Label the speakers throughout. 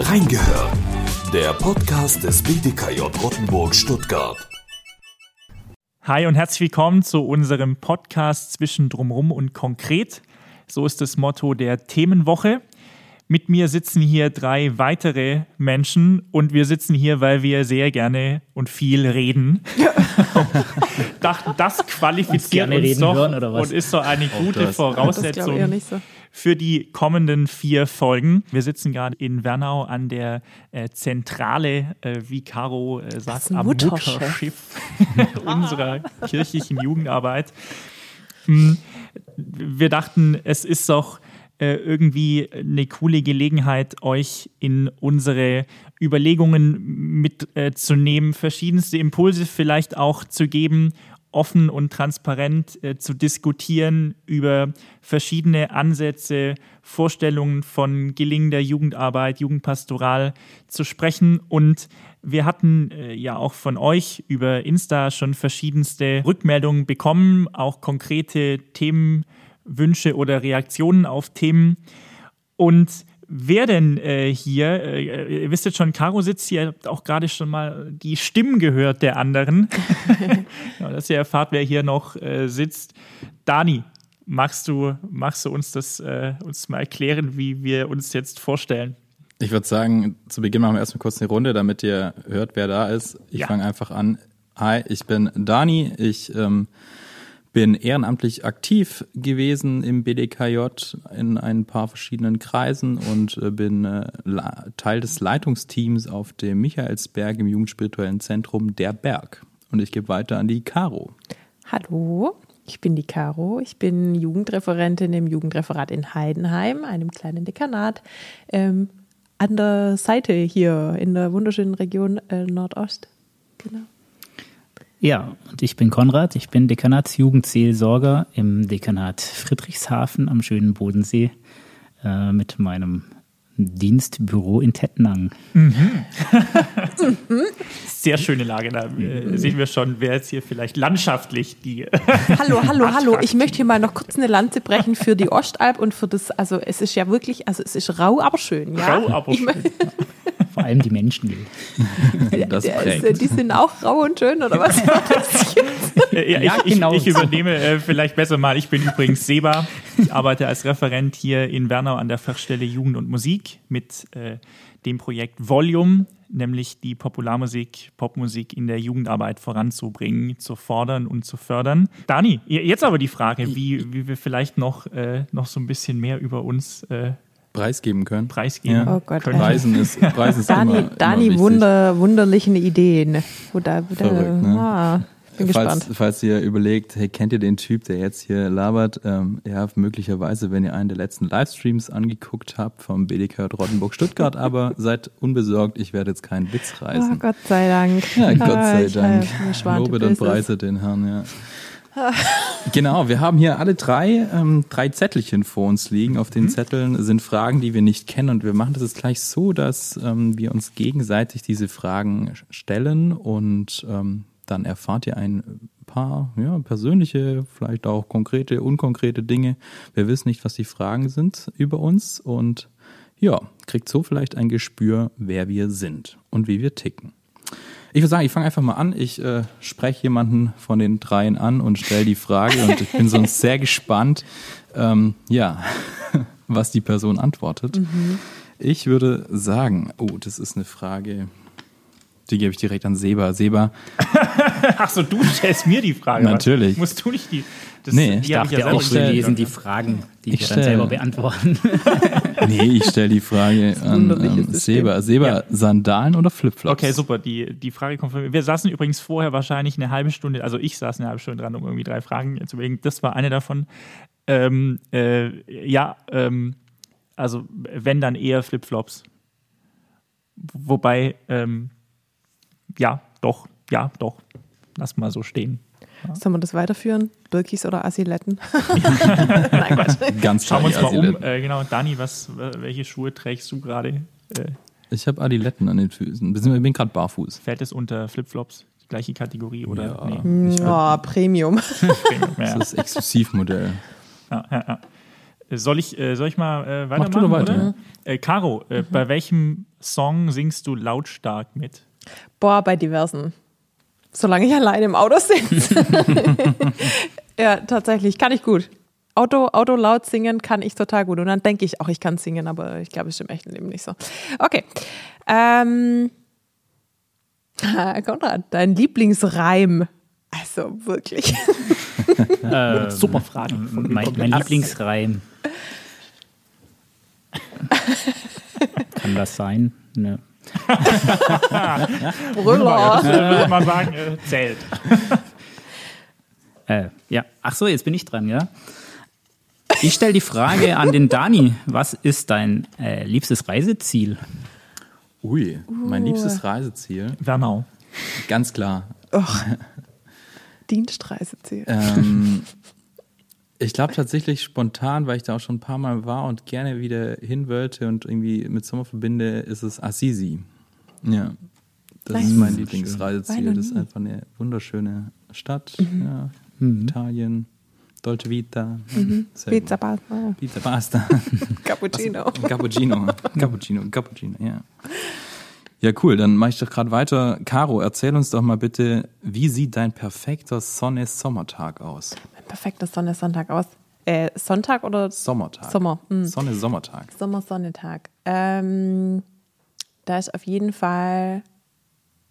Speaker 1: Reingehört. Der Podcast des BDKJ Rottenburg Stuttgart.
Speaker 2: Hi und herzlich willkommen zu unserem Podcast zwischen Drumrum und Konkret. So ist das Motto der Themenwoche. Mit mir sitzen hier drei weitere Menschen und wir sitzen hier, weil wir sehr gerne und viel reden. Dachten, das qualifiziert
Speaker 3: gerne
Speaker 2: uns
Speaker 3: reden
Speaker 2: doch
Speaker 3: hören, oder was? Oh,
Speaker 2: und ist so eine gute
Speaker 4: das.
Speaker 2: Voraussetzung
Speaker 5: Das glaube ich ja nicht so.
Speaker 2: für die kommenden vier Folgen. Wir sitzen gerade in Wernau an der äh, Zentrale, äh, wie Caro äh, sagt,
Speaker 5: ist ein
Speaker 2: am
Speaker 5: Mutterschiff.
Speaker 2: Mutterschiff unserer kirchlichen Jugendarbeit. Mm, Wir dachten, es ist doch äh, irgendwie eine coole Gelegenheit, euch in unsere Überlegungen mitzunehmen, verschiedenste Impulse vielleicht auch zu geben, offen und transparent äh, zu diskutieren über verschiedene Ansätze, Vorstellungen von gelingender Jugendarbeit, Jugendpastoral zu sprechen. Und wir hatten äh, ja auch von euch über Insta schon verschiedenste Rückmeldungen bekommen, auch konkrete Themenwünsche oder Reaktionen auf Themen. Und wer denn äh, hier, äh, ihr wisst jetzt schon, Caro sitzt hier, ihr habt auch gerade schon mal die Stimmen gehört der anderen. ja, dass ihr erfahrt, wer hier noch äh, sitzt. Dani, magst du, magst du uns das äh, uns mal erklären, wie wir uns jetzt vorstellen?
Speaker 4: Ich würde sagen, zu Beginn machen wir erstmal kurz eine Runde, damit ihr hört, wer da ist. Ich
Speaker 2: Ja.
Speaker 4: fange einfach an. Hi, ich bin Dani. Ich ähm, bin ehrenamtlich aktiv gewesen im BDKJ in ein paar verschiedenen Kreisen und äh, bin äh, la- Teil des Leitungsteams auf dem Michaelsberg im Jugendspirituellen Zentrum Der Berg. Und ich gebe weiter an die Caro.
Speaker 5: Hallo, ich bin die Caro. Ich bin Jugendreferentin im Jugendreferat in Heidenheim, einem kleinen Dekanat. Ähm, an der Seite hier in der wunderschönen Region äh, Nordost. Genau.
Speaker 3: Ja, und ich bin Konrad, ich bin Dekanatsjugendseelsorger im Dekanat Friedrichshafen am schönen Bodensee äh, mit meinem Dienstbüro in Tettnang.
Speaker 2: Sehr schöne Lage, da äh, sehen wir schon, wer jetzt hier vielleicht landschaftlich die.
Speaker 5: Hallo, hallo, hallo. Ich möchte hier mal noch kurz eine Lanze brechen für die Ostalb und für das, also es ist ja wirklich, also es ist rau, aber schön. Ja?
Speaker 2: Rau, aber
Speaker 5: ich mö-
Speaker 3: Vor allem die Menschen. die-
Speaker 4: Das
Speaker 5: Der ist, äh,
Speaker 4: prägt.
Speaker 5: die sind auch rau und schön, oder was? war das jetzt?
Speaker 2: Äh, ja,
Speaker 3: Ja,
Speaker 2: ich,
Speaker 3: genau
Speaker 2: ich, ich
Speaker 3: so.
Speaker 2: übernehme äh, vielleicht besser mal. Ich bin übrigens Seba. Ich arbeite als Referent hier in Wernau an der Fachstelle Jugend und Musik mit äh, dem Projekt Volume, nämlich die Popularmusik, Popmusik in der Jugendarbeit voranzubringen, zu fordern und zu fördern. Dani, j- jetzt aber die Frage, wie, wie wir vielleicht noch, äh, noch so ein bisschen mehr über uns äh,
Speaker 4: Preisgeben können.
Speaker 2: preisgeben
Speaker 4: Ja.
Speaker 5: Oh Gott,
Speaker 2: können.
Speaker 5: Alter.
Speaker 4: Preisen ist, Preisen ist
Speaker 5: Dani,
Speaker 4: immer, immer
Speaker 5: Dani
Speaker 4: wichtig.
Speaker 5: wunder, wunderlichen Ideen. Wo da, wo da,
Speaker 4: Verrückt, ne?
Speaker 5: ah, bin
Speaker 4: falls,
Speaker 5: gespannt.
Speaker 4: falls ihr überlegt, hey, kennt ihr den Typ, der jetzt hier labert? Ähm, ja, möglicherweise, wenn ihr einen der letzten Livestreams angeguckt habt vom BDK Rottenburg Stuttgart, aber seid unbesorgt, ich werde jetzt keinen Witz
Speaker 5: Oh,
Speaker 4: reißen.
Speaker 5: Gott sei Dank.
Speaker 4: ja, Gott
Speaker 5: Ah,
Speaker 4: sei
Speaker 5: ich
Speaker 4: Dank.
Speaker 5: hab eine Schwarte
Speaker 4: Lobet und
Speaker 5: Böses.
Speaker 4: preiset den Herrn, ja. Genau, wir haben hier alle drei, ähm, drei Zettelchen vor uns liegen. Auf den
Speaker 5: Mhm.
Speaker 4: Zetteln sind Fragen, die wir nicht kennen. Und wir machen das jetzt gleich so, dass ähm, wir uns gegenseitig diese Fragen sch- stellen. Und ähm, dann erfahrt ihr ein paar ja, persönliche, vielleicht auch konkrete, unkonkrete Dinge. Wir wissen nicht, was die Fragen sind über uns. Und ja, kriegt so vielleicht ein Gespür, wer wir sind und wie wir ticken. Ich würde sagen, ich fange einfach mal an. Ich äh, spreche jemanden von den dreien an und stelle die Frage und ich bin sonst sehr gespannt, ähm, ja, was die Person antwortet. Ich würde sagen, oh, das ist eine Frage, die gebe ich direkt an Seba. Seba,
Speaker 2: Ach so, du stellst mir die Frage. Mann.
Speaker 4: Natürlich.
Speaker 2: Musst du nicht die. Das,
Speaker 4: Nee,
Speaker 2: die
Speaker 4: ich
Speaker 2: hab
Speaker 3: Darf der
Speaker 2: selber
Speaker 3: auch
Speaker 2: gestellt,
Speaker 3: wir lesen
Speaker 2: oder?
Speaker 3: die Fragen, die
Speaker 4: Ich
Speaker 3: wir dann
Speaker 4: stell-
Speaker 3: selber beantworten.
Speaker 4: nee, ich stelle die Frage an
Speaker 5: wunderliches
Speaker 4: ähm,
Speaker 5: System.
Speaker 4: Seba. Seba,
Speaker 2: Ja.
Speaker 4: Sandalen oder Flipflops?
Speaker 2: Okay, super. Die, die Frage kommt von mir. Wir saßen übrigens vorher wahrscheinlich eine halbe Stunde, also ich saß eine halbe Stunde dran, um irgendwie drei Fragen zu überlegen. Das war eine davon. Ähm, äh, ja, ähm, also wenn dann eher Flipflops. Wobei, ähm, ja, doch, ja, doch. Lass mal so stehen.
Speaker 5: Sollen wir das weiterführen? Birkis oder Asiletten? Nein, Gott.
Speaker 4: Ganz
Speaker 2: Schauen
Speaker 4: klar.
Speaker 2: wir uns
Speaker 4: die
Speaker 2: mal um.
Speaker 4: Adiletten.
Speaker 2: Äh, genau, Dani, was, äh, welche Schuhe trägst du gerade? Äh,
Speaker 4: Ich habe Adiletten an den Füßen. Beziehungsweise Ich bin gerade barfuß.
Speaker 2: fällt es unter Flipflops? Die gleiche Kategorie oder?
Speaker 4: Ja.
Speaker 2: Nee,
Speaker 5: Oh, Premium.
Speaker 2: Premium, ja.
Speaker 4: Das ist Exklusivmodell.
Speaker 2: Ja, ja, ja. Soll ich, äh, soll ich mal äh, weitermachen?
Speaker 4: Mach du noch weiter. Mhm.
Speaker 2: Oder? Äh, Caro, äh, bei welchem Song singst du lautstark mit?
Speaker 5: Boah, bei diversen. Solange ich alleine im Auto sitze. ja, tatsächlich, kann ich gut. Auto, Auto laut singen kann ich total gut. Und dann denke ich auch, ich kann singen, aber ich glaube, es ist im echten Leben nicht so. Okay. Ähm, Konrad, dein Lieblingsreim. Also wirklich.
Speaker 2: Super Frage.
Speaker 3: Ähm, Mein, mein Lieblingsreim. Kann das sein? Ne.
Speaker 5: Brüller.
Speaker 2: würde man sagen, äh, zählt.
Speaker 3: Äh, ja, ach so, jetzt bin ich dran, ja. Ich stelle die Frage an den Dani. Was ist dein äh, liebstes Reiseziel?
Speaker 4: Ui, mein liebstes Reiseziel.
Speaker 2: Wernau.
Speaker 4: Ganz klar.
Speaker 5: Dienstreiseziel.
Speaker 4: Ähm, ich glaube tatsächlich spontan, weil ich da auch schon ein paar Mal war und gerne wieder hin wollte und irgendwie mit Sommer verbinde, ist es Assisi. Ja. Das
Speaker 5: Nice.
Speaker 4: ist mein
Speaker 5: War ich noch
Speaker 4: Lieblingsreiseziel. Das ist
Speaker 5: nie. Mhm.
Speaker 4: einfach eine wunderschöne Stadt. Ja. Italien, Dolce Vita. Sehr gut.
Speaker 5: Mhm. Pizza, ne? Also, Pasta,
Speaker 4: Pizza Pasta.
Speaker 5: Cappuccino.
Speaker 4: Cappuccino. Cappuccino, Cappuccino, ja. Ja, cool. Dann mache ich doch gerade weiter. Caro, erzähl uns doch mal bitte, wie sieht dein perfekter Sonne-Sommertag aus?
Speaker 5: Perfekter Sonne, Sonntag aus. Äh, Sonntag oder
Speaker 4: Sommertag.
Speaker 5: Sommer. Mhm.
Speaker 4: Sonne-Sommertag.
Speaker 5: Sommersonnetag. Ähm, da ist auf jeden Fall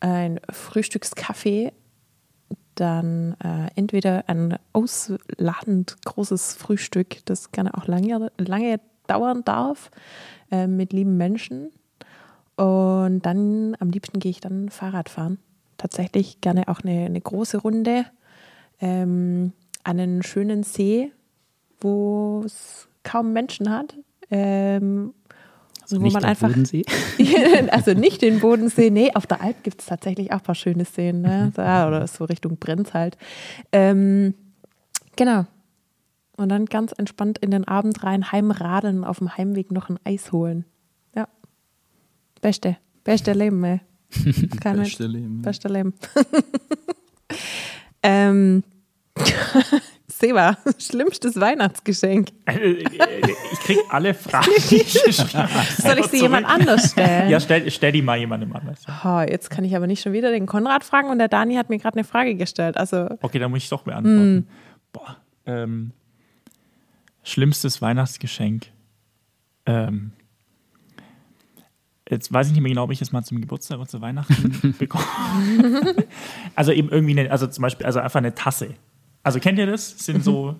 Speaker 5: ein Frühstückskaffee, dann äh, entweder ein ausladend großes Frühstück, das gerne auch lange, lange dauern darf, äh, mit lieben Menschen. Und dann am liebsten gehe ich dann Fahrrad fahren. Tatsächlich gerne auch eine, eine große Runde ähm, an einen schönen See, wo es kaum Menschen hat. Ähm, also
Speaker 3: Nicht am Bodensee?
Speaker 5: also nicht den Bodensee, nee, auf der Alp gibt es tatsächlich auch ein paar schöne Seen, ne? Da, oder so Richtung Brenz halt. Ähm, genau. Und dann ganz entspannt in den Abend rein heimradeln, auf dem Heimweg noch ein Eis holen. Ja. Beste. Beste Leben, ey. Kein Mensch.
Speaker 4: Beste Leben.
Speaker 5: Beste Leben. ähm. Seba, schlimmstes Weihnachtsgeschenk.
Speaker 2: Äh, Ich krieg alle Fragen, die ich geschrieben
Speaker 5: Soll ich sie jemand anders stellen?
Speaker 2: Ja, stell, stell die mal jemandem anders.
Speaker 5: Oh, jetzt kann ich aber nicht schon wieder den Konrad fragen und der Dani hat mir gerade eine Frage gestellt. Also,
Speaker 2: Okay, dann muss ich doch beantworten.
Speaker 5: Hm.
Speaker 2: Boah. Ähm, schlimmstes Weihnachtsgeschenk. Ähm, jetzt weiß ich nicht mehr genau, ob ich das mal zum Geburtstag oder zu Weihnachten bekomme. also eben irgendwie, eine, also zum Beispiel, also einfach eine Tasse. Also kennt ihr das?
Speaker 5: Mhm.
Speaker 2: Das sind so,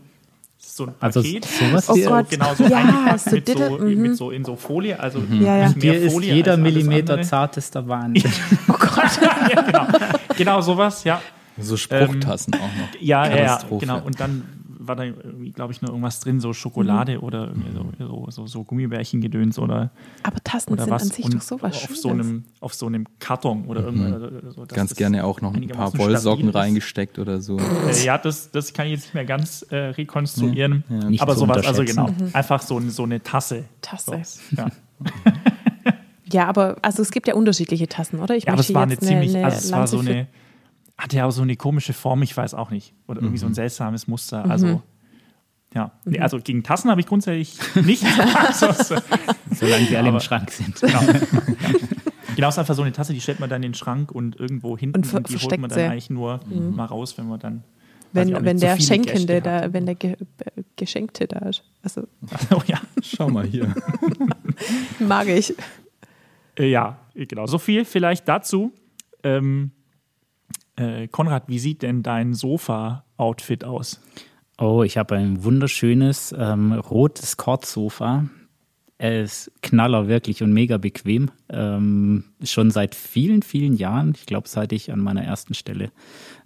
Speaker 2: das ist so ein
Speaker 3: Also
Speaker 2: Paket.
Speaker 3: sowas
Speaker 5: Oh
Speaker 2: so,
Speaker 3: hier.
Speaker 5: Gott.
Speaker 2: genau so
Speaker 5: Ja,
Speaker 2: eingepackt
Speaker 5: so
Speaker 2: mit, so,
Speaker 5: Diddle, mhm.
Speaker 2: mit so in so Folie. Also
Speaker 5: Ja, ja.
Speaker 2: nicht mehr
Speaker 3: Hier ist
Speaker 2: Folie
Speaker 3: jeder
Speaker 2: als alles
Speaker 3: Millimeter
Speaker 2: andere.
Speaker 3: zartester Wahn.
Speaker 5: oh Gott,
Speaker 2: ja, genau. genau sowas, ja.
Speaker 4: So Spruchtassen auch noch.
Speaker 2: Ja, ja, ja,
Speaker 4: Katastrophe.
Speaker 2: genau. Und dann war da, glaube ich, nur irgendwas drin, so Schokolade
Speaker 5: Mhm.
Speaker 2: oder irgendwie so, so, so, so Gummibärchengedöns oder,
Speaker 5: aber Tasten
Speaker 2: oder
Speaker 5: sind
Speaker 2: was.
Speaker 5: an sich
Speaker 2: Und
Speaker 5: doch sowas
Speaker 2: auf,
Speaker 5: Schönes.
Speaker 2: so einem, auf so einem Karton oder irgendwas. oder So, dass
Speaker 4: Mhm. Ganz
Speaker 2: das
Speaker 4: gerne auch noch ein paar
Speaker 2: einigermaßen
Speaker 4: Wollsocken
Speaker 2: stabil ist.
Speaker 4: reingesteckt oder so.
Speaker 2: Äh, ja, das, das kann ich jetzt nicht mehr ganz äh, rekonstruieren.
Speaker 3: Nicht
Speaker 2: aber
Speaker 3: zu
Speaker 2: sowas, also genau.
Speaker 3: unterschätzen.
Speaker 2: Einfach so, ein- so eine Tasse.
Speaker 5: Tasse.
Speaker 2: Sowas, Ja.
Speaker 5: ja, aber also es gibt ja unterschiedliche Tassen, oder? Ich
Speaker 2: Ja, aber
Speaker 5: möchte
Speaker 2: es war eine
Speaker 5: jetzt
Speaker 2: ziemlich, also es war
Speaker 5: Lanze
Speaker 2: so
Speaker 5: für-
Speaker 2: eine, hatte ja auch so eine komische Form, ich weiß auch nicht. Oder irgendwie
Speaker 4: Mhm.
Speaker 2: so ein seltsames Muster.
Speaker 5: Mhm.
Speaker 2: Also, ja. Nee, also gegen Tassen habe ich grundsätzlich nichts. Also,
Speaker 3: Solange die alle
Speaker 2: Aber-
Speaker 3: im Schrank sind.
Speaker 2: genau. Ja. genau, es ist einfach so eine Tasse, die stellt man dann in den Schrank und irgendwo hinten
Speaker 5: Und
Speaker 2: und,
Speaker 5: ver-
Speaker 2: die holt
Speaker 5: versteckt
Speaker 2: man
Speaker 5: sie. Mhm.
Speaker 2: dann eigentlich nur mal raus, wenn man dann. weiß ich auch nicht,
Speaker 5: wenn, wenn
Speaker 2: zu
Speaker 5: der
Speaker 2: viele
Speaker 5: Schenkende
Speaker 2: Gäste
Speaker 5: da,
Speaker 2: hat.
Speaker 5: wenn der Ge äh, Geschenkte da ist. Also
Speaker 2: Oh, ja.
Speaker 4: Schau mal hier.
Speaker 5: mag ich.
Speaker 2: Äh, ja, genau. So viel vielleicht dazu. Ähm, äh, Konrad, wie sieht denn dein Sofa-Outfit aus?
Speaker 3: Oh, ich habe ein wunderschönes ähm, rotes Kordsofa. Es ist knaller wirklich und mega bequem. Ähm, schon seit vielen, vielen Jahren. Ich glaube, seit ich an meiner ersten Stelle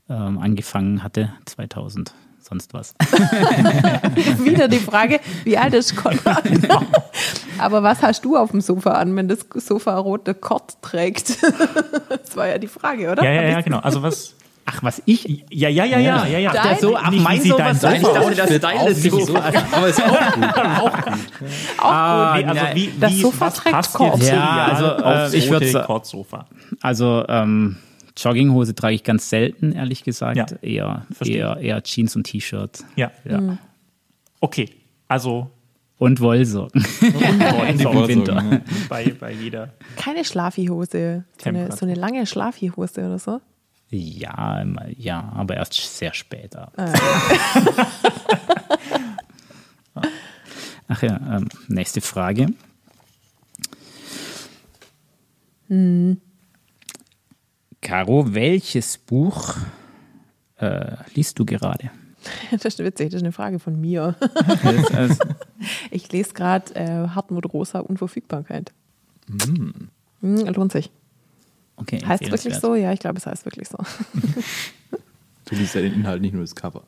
Speaker 3: ähm, angefangen hatte, 2000, sonst was.
Speaker 5: Wieder die Frage, wie alt ist Konrad? aber was hast du auf dem Sofa an, wenn das Sofa rote Kord trägt? das war ja die Frage, oder?
Speaker 2: Ja, ja,
Speaker 5: Hab
Speaker 2: ja,
Speaker 5: ich-
Speaker 2: genau. Also was.
Speaker 3: Ach, was ich?
Speaker 2: Ja, ja, ja, ja, ja, ja.
Speaker 5: Dein-
Speaker 2: Der-
Speaker 5: so,
Speaker 2: nicht, wie sieht dein
Speaker 3: sein.
Speaker 2: Sofa
Speaker 3: dachte, das deine Sofa.
Speaker 4: Aber ist auch gut.
Speaker 5: Auch
Speaker 2: Nee, also wie,
Speaker 5: Das
Speaker 2: wie,
Speaker 5: Sofa
Speaker 2: was
Speaker 5: trägt
Speaker 2: passt
Speaker 5: Kord.
Speaker 2: jetzt
Speaker 3: Ja,
Speaker 2: ideal
Speaker 3: also, äh,
Speaker 2: aufs
Speaker 3: ich
Speaker 2: rote
Speaker 3: würd's-
Speaker 2: Kordsofa?
Speaker 3: Also ähm, Jogginghose trage ich ganz selten, ehrlich gesagt.
Speaker 2: Ja,
Speaker 3: eher,
Speaker 2: verstehe
Speaker 5: Mhm.
Speaker 3: eher, eher Jeans und T-Shirt.
Speaker 2: Ja.
Speaker 3: Ja.
Speaker 2: Okay, also
Speaker 3: Und Wollsocken.
Speaker 2: Und
Speaker 4: Wollsocken, ne?
Speaker 3: Im Winter.
Speaker 4: ja.
Speaker 2: bei, bei jeder.
Speaker 5: Keine Schlafihose. So eine,
Speaker 2: Temperatur.
Speaker 5: so eine lange Schlafihose oder so.
Speaker 3: Ja, mal- ja, aber erst sehr später.
Speaker 5: Ah.
Speaker 3: Ach ja, ähm, nächste Frage.
Speaker 5: Mhm.
Speaker 3: Caro, welches Buch äh, liest du gerade?
Speaker 5: Das ist witzig, das ist eine Frage von mir.
Speaker 3: Das, das,
Speaker 5: Ich lese gerade äh, Hartmut Rosa Unverfügbarkeit.
Speaker 4: Mm.
Speaker 5: Hm, lohnt sich.
Speaker 3: okay,
Speaker 5: Heißt es wirklich
Speaker 3: empfehlenswert.
Speaker 5: so? Ja, ich glaube, es heißt wirklich so.
Speaker 4: Du liest ja den Inhalt, nicht nur das Cover.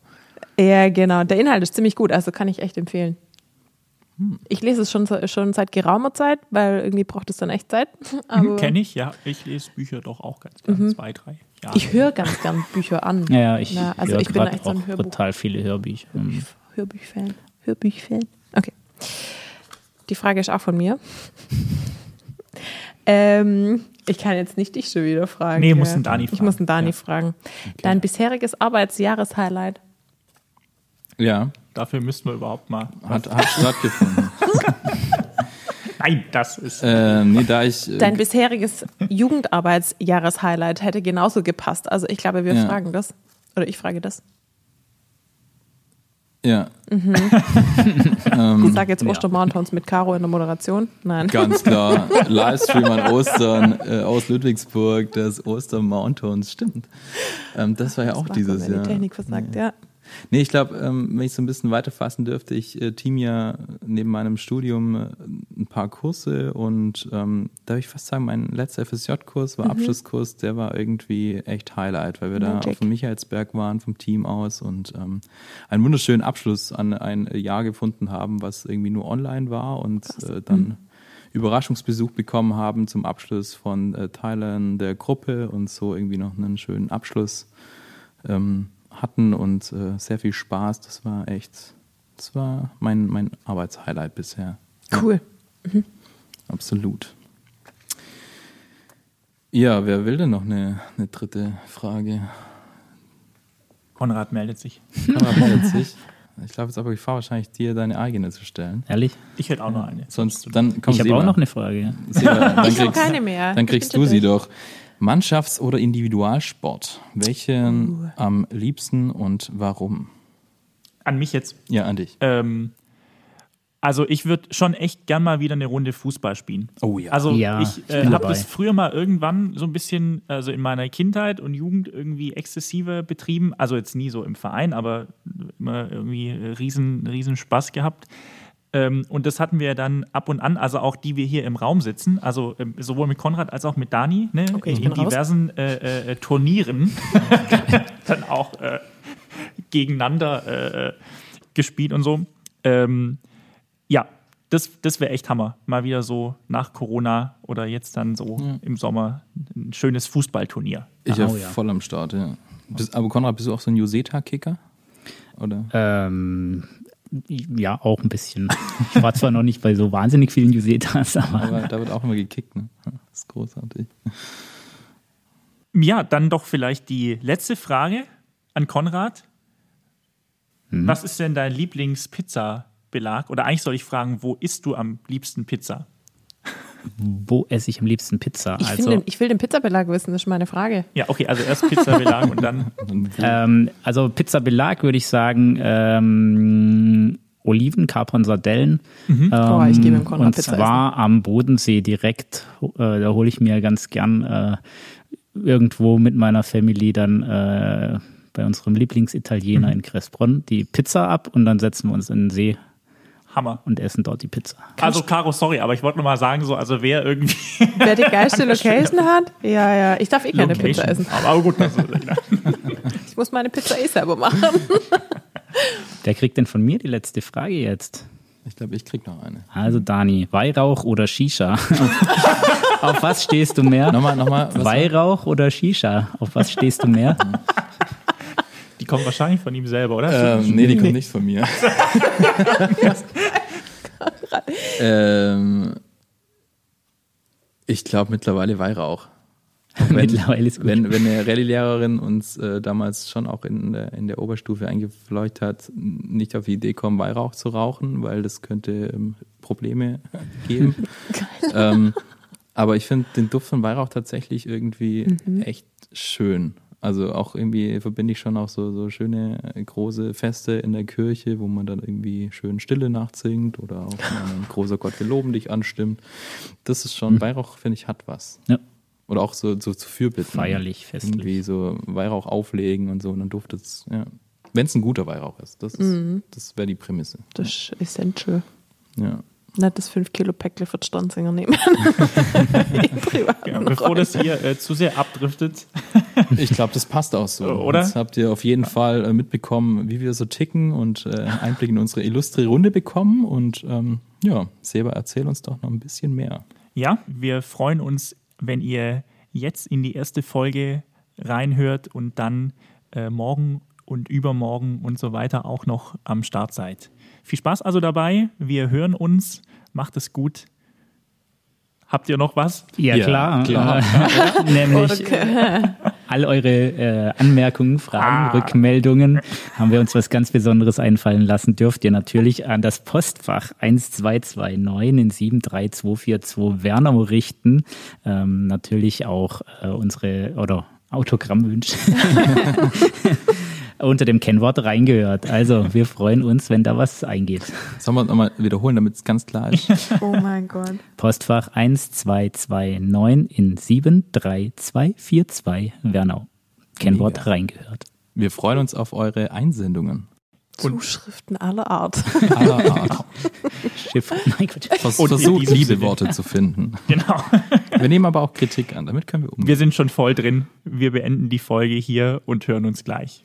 Speaker 5: Ja, genau. Der Inhalt ist ziemlich gut, also kann ich echt empfehlen.
Speaker 4: Hm.
Speaker 5: Ich lese es schon, so- schon seit geraumer Zeit, weil irgendwie braucht es dann echt Zeit.
Speaker 4: Ah,
Speaker 5: Aber
Speaker 2: Kenne Hm, ich, ja. Ich lese Bücher doch auch ganz gerne. Zwei, drei. Ja.
Speaker 5: ich höre ganz gern Bücher an.
Speaker 3: Ja, ja, ich,
Speaker 5: Na, also
Speaker 3: höre
Speaker 5: ich bin
Speaker 3: gerade
Speaker 5: echt so
Speaker 3: auch
Speaker 5: ein Hörbuch.
Speaker 3: total viele Hörbücher. Hm.
Speaker 5: Hörbüchfan. Hörbüchfan. Okay. Die Frage ist auch von mir. ähm, ich kann jetzt nicht dich schon wieder fragen.
Speaker 2: Nee,
Speaker 5: gell?
Speaker 2: muss den Dani
Speaker 5: Ich
Speaker 2: fragen.
Speaker 5: muss den Dani
Speaker 2: Ja.
Speaker 5: fragen. Dein bisheriges
Speaker 4: Äh,
Speaker 5: Arbeitsjahreshighlight.
Speaker 4: Ja,
Speaker 2: Dafür müssten wir überhaupt mal.
Speaker 4: hat, hat stattgefunden.
Speaker 2: Nein, das ist.
Speaker 4: äh, nee, da ich. äh,
Speaker 5: Dein bisheriges Jugendarbeitsjahreshighlight hätte genauso gepasst. Also ich glaube, wir
Speaker 4: Ja.
Speaker 5: fragen das. Oder ich frage das.
Speaker 4: ja, Ähm,
Speaker 5: Ich sage jetzt Ostermountains mit Caro in der Moderation. Nein.
Speaker 4: ganz klar. Livestream an Ostern äh, aus Ludwigsburg, das Ostermountains, stimmt. Ähm, das war ja auch
Speaker 5: Macht man,
Speaker 4: dieses
Speaker 5: wenn
Speaker 4: Jahr.
Speaker 5: Die Technik versagt, ja.
Speaker 4: Nee, ich glaube, ähm, wenn ich so ein bisschen weiterfassen dürfte, ich äh, team ja neben meinem Studium äh, ein paar Kurse und ähm, darf ich fast sagen, mein letzter FSJ-Kurs war Abschlusskurs, der war irgendwie echt Highlight, weil wir da
Speaker 5: Magic.
Speaker 4: auf dem Michaelsberg waren vom Team aus und ähm, einen wunderschönen Abschluss an ein Jahr gefunden haben, was irgendwie nur online war und äh, dann Überraschungsbesuch bekommen haben zum Abschluss von äh, Teilen der Gruppe und so irgendwie noch einen schönen Abschluss ähm, hatten und äh, sehr viel Spaß. Das war echt, das war mein, mein Arbeitshighlight bisher.
Speaker 5: Cool.
Speaker 4: Absolut. Ja, wer will denn noch eine, eine dritte Frage?
Speaker 2: Konrad meldet sich.
Speaker 4: Konrad meldet sich. Ich glaube, jetzt aber Gefahr wahrscheinlich dir deine eigene zu stellen.
Speaker 3: Ehrlich?
Speaker 2: Ich hätte auch noch eine.
Speaker 4: Sonst dann kommt
Speaker 3: ich habe auch noch eine Frage.
Speaker 4: dann
Speaker 5: Ich habe
Speaker 4: kriegst,
Speaker 5: keine mehr.
Speaker 4: dann
Speaker 5: Ich
Speaker 4: kriegst
Speaker 5: bin
Speaker 4: du sie
Speaker 5: durch.
Speaker 4: doch. Mannschafts- oder Individualsport? Welchen
Speaker 3: Uh.
Speaker 4: am liebsten und warum?
Speaker 2: An mich jetzt.
Speaker 4: Ja, an dich.
Speaker 2: Ähm, also ich würde schon echt gern mal wieder eine Runde Fußball spielen.
Speaker 4: Oh ja.
Speaker 2: Also
Speaker 3: Ja,
Speaker 2: ich,
Speaker 3: ich
Speaker 2: äh,
Speaker 3: bin
Speaker 2: habe
Speaker 3: dabei.
Speaker 2: das früher mal irgendwann so ein bisschen, also in meiner Kindheit und Jugend irgendwie exzessive betrieben. Also jetzt nie so im Verein, aber immer irgendwie riesen, riesen Spaß gehabt. Ähm, und das hatten wir dann ab und an, also auch die wir hier im Raum sitzen, also ähm, sowohl mit Konrad als auch mit Dani, ne,
Speaker 5: Okay, ich
Speaker 2: in
Speaker 5: bin raus.
Speaker 2: diversen äh, äh, äh, Turnieren dann auch äh, gegeneinander äh, äh, gespielt und so. Ähm, ja, das, das wäre echt Hammer. Mal wieder so nach Corona oder jetzt dann so im Sommer ein schönes Fußballturnier.
Speaker 4: Ich ja,
Speaker 3: Oh ja.
Speaker 4: voll am Start, ja. Bist, aber Konrad, bist du auch so ein Joseta-Kicker? Oder?
Speaker 3: Ähm, ja, auch ein bisschen. Ich war zwar noch nicht bei so wahnsinnig vielen Jusetas, aber
Speaker 4: Aber da wird auch immer gekickt, ne? Das ist großartig.
Speaker 2: Ja, dann doch vielleicht die letzte Frage an Konrad. Was ist denn dein Lieblingspizza-Belag? Oder eigentlich soll ich fragen, wo isst du am liebsten Pizza?
Speaker 3: wo esse ich am liebsten Pizza?
Speaker 5: Ich,
Speaker 3: also,
Speaker 5: finde, ich will den Pizzabelag wissen, das ist meine Frage.
Speaker 2: Ja, okay, also erst Pizza-Belag und dann.
Speaker 3: ähm, also Pizzabelag würde ich sagen, ähm, Oliven, Kapern, Sardellen. Ähm,
Speaker 5: Oh, ich gehe mit dem Konrad
Speaker 3: Und
Speaker 5: Pizza
Speaker 3: zwar am Bodensee direkt, ho- äh, da hole ich mir ganz gern äh, irgendwo mit meiner Family dann äh, bei unserem Lieblingsitaliener
Speaker 5: Mhm.
Speaker 3: in Crespron die Pizza ab und dann setzen wir uns in den See
Speaker 2: Hammer.
Speaker 3: und essen dort die Pizza.
Speaker 2: Also, Caro, sorry, aber ich wollte nur mal sagen, so, also wer irgendwie.
Speaker 5: Wer die geilste Location hat? Ja, ja. Ich darf eh keine Pizza essen.
Speaker 2: Aber gut, also, das ist,
Speaker 5: Ich muss meine Pizza eh selber machen.
Speaker 3: Wer kriegt denn von mir die letzte Frage jetzt?
Speaker 4: Ich glaube, ich krieg noch eine.
Speaker 3: Also Dani, Weihrauch oder Shisha? Auf was stehst du mehr?
Speaker 4: Nochmal, nochmal. was war-
Speaker 3: Weihrauch oder Shisha? Auf was stehst du mehr?
Speaker 2: die kommt wahrscheinlich von ihm selber, oder?
Speaker 4: Ähm, nee, die kommt nicht von mir. ähm, ich glaube mittlerweile Weihrauch.
Speaker 3: Mittlerweile ist gut.
Speaker 4: Wenn, wenn eine Rallye-Lehrerin uns äh, damals schon auch in der, in der Oberstufe eingefleucht hat, nicht auf die Idee kommen, Weihrauch zu rauchen, weil das könnte ähm, Probleme geben. ähm, aber ich finde den Duft von Weihrauch tatsächlich irgendwie echt schön. Also auch irgendwie verbinde ich schon auch so, so schöne äh, große Feste in der Kirche, wo man dann irgendwie schön Stille nachsingt oder auch ähm, großer Gott, wir loben dich anstimmt. Das ist schon, Weihrauch, finde ich, hat was.
Speaker 3: Mhm. Ja.
Speaker 4: Oder auch so, so zu Fürbitten.
Speaker 3: Feierlich, festlich.
Speaker 4: Irgendwie so Weihrauch auflegen und so und dann duftet es, ja. Wenn es ein guter Weihrauch ist. Das, ist, das wäre die Prämisse.
Speaker 5: Das ist essential.
Speaker 4: Ja.
Speaker 5: Nicht das 5 Kilo Päckle für die Stanzinger nehmen. Im privaten
Speaker 2: Ja, bevor
Speaker 5: Räumen.
Speaker 2: das hier äh, zu sehr abdriftet.
Speaker 4: Ich glaube, das passt auch so.
Speaker 2: Äh, Oder?
Speaker 4: Jetzt habt ihr auf jeden Fall äh, mitbekommen, wie wir so ticken und äh, Einblick in unsere illustre Runde bekommen. Und ähm, ja, Seba, erzähl uns doch noch ein bisschen mehr.
Speaker 2: Ja, wir freuen uns, wenn ihr jetzt in die erste Folge reinhört und dann äh, morgen und übermorgen und so weiter auch noch am Start seid. Viel Spaß also dabei. Wir hören uns. Macht es gut. Habt ihr noch was?
Speaker 3: Ja,
Speaker 4: Ja,
Speaker 3: klar.
Speaker 4: klar.
Speaker 3: Äh, nämlich äh, all eure äh, Anmerkungen, Fragen, Rückmeldungen haben wir uns was ganz Besonderes einfallen lassen. Dürft ihr natürlich an das Postfach 1229 in 73242 Wernau richten. Ähm, natürlich auch äh, unsere oder Autogrammwünsche unter dem Kennwort reingehört. Also, wir freuen uns, wenn da was eingeht.
Speaker 4: Sollen wir nochmal wiederholen, damit es ganz klar ist?
Speaker 5: Oh mein Gott.
Speaker 3: Postfach 1229 in 73242 Wernau. Kennwort
Speaker 4: Mega.
Speaker 3: reingehört.
Speaker 4: Wir freuen uns auf eure Einsendungen.
Speaker 5: Zuschriften aller Art.
Speaker 4: Aller Art.
Speaker 3: Schiff. Nein, Quatsch.
Speaker 4: Vers
Speaker 2: Und in
Speaker 4: versucht,
Speaker 2: diesem
Speaker 4: liebe
Speaker 2: Sinne.
Speaker 4: Worte zu finden.
Speaker 2: Genau.
Speaker 4: Wir nehmen aber auch Kritik an. Damit können wir umgehen.
Speaker 2: Wir sind schon voll drin. Wir beenden die Folge hier und hören uns gleich.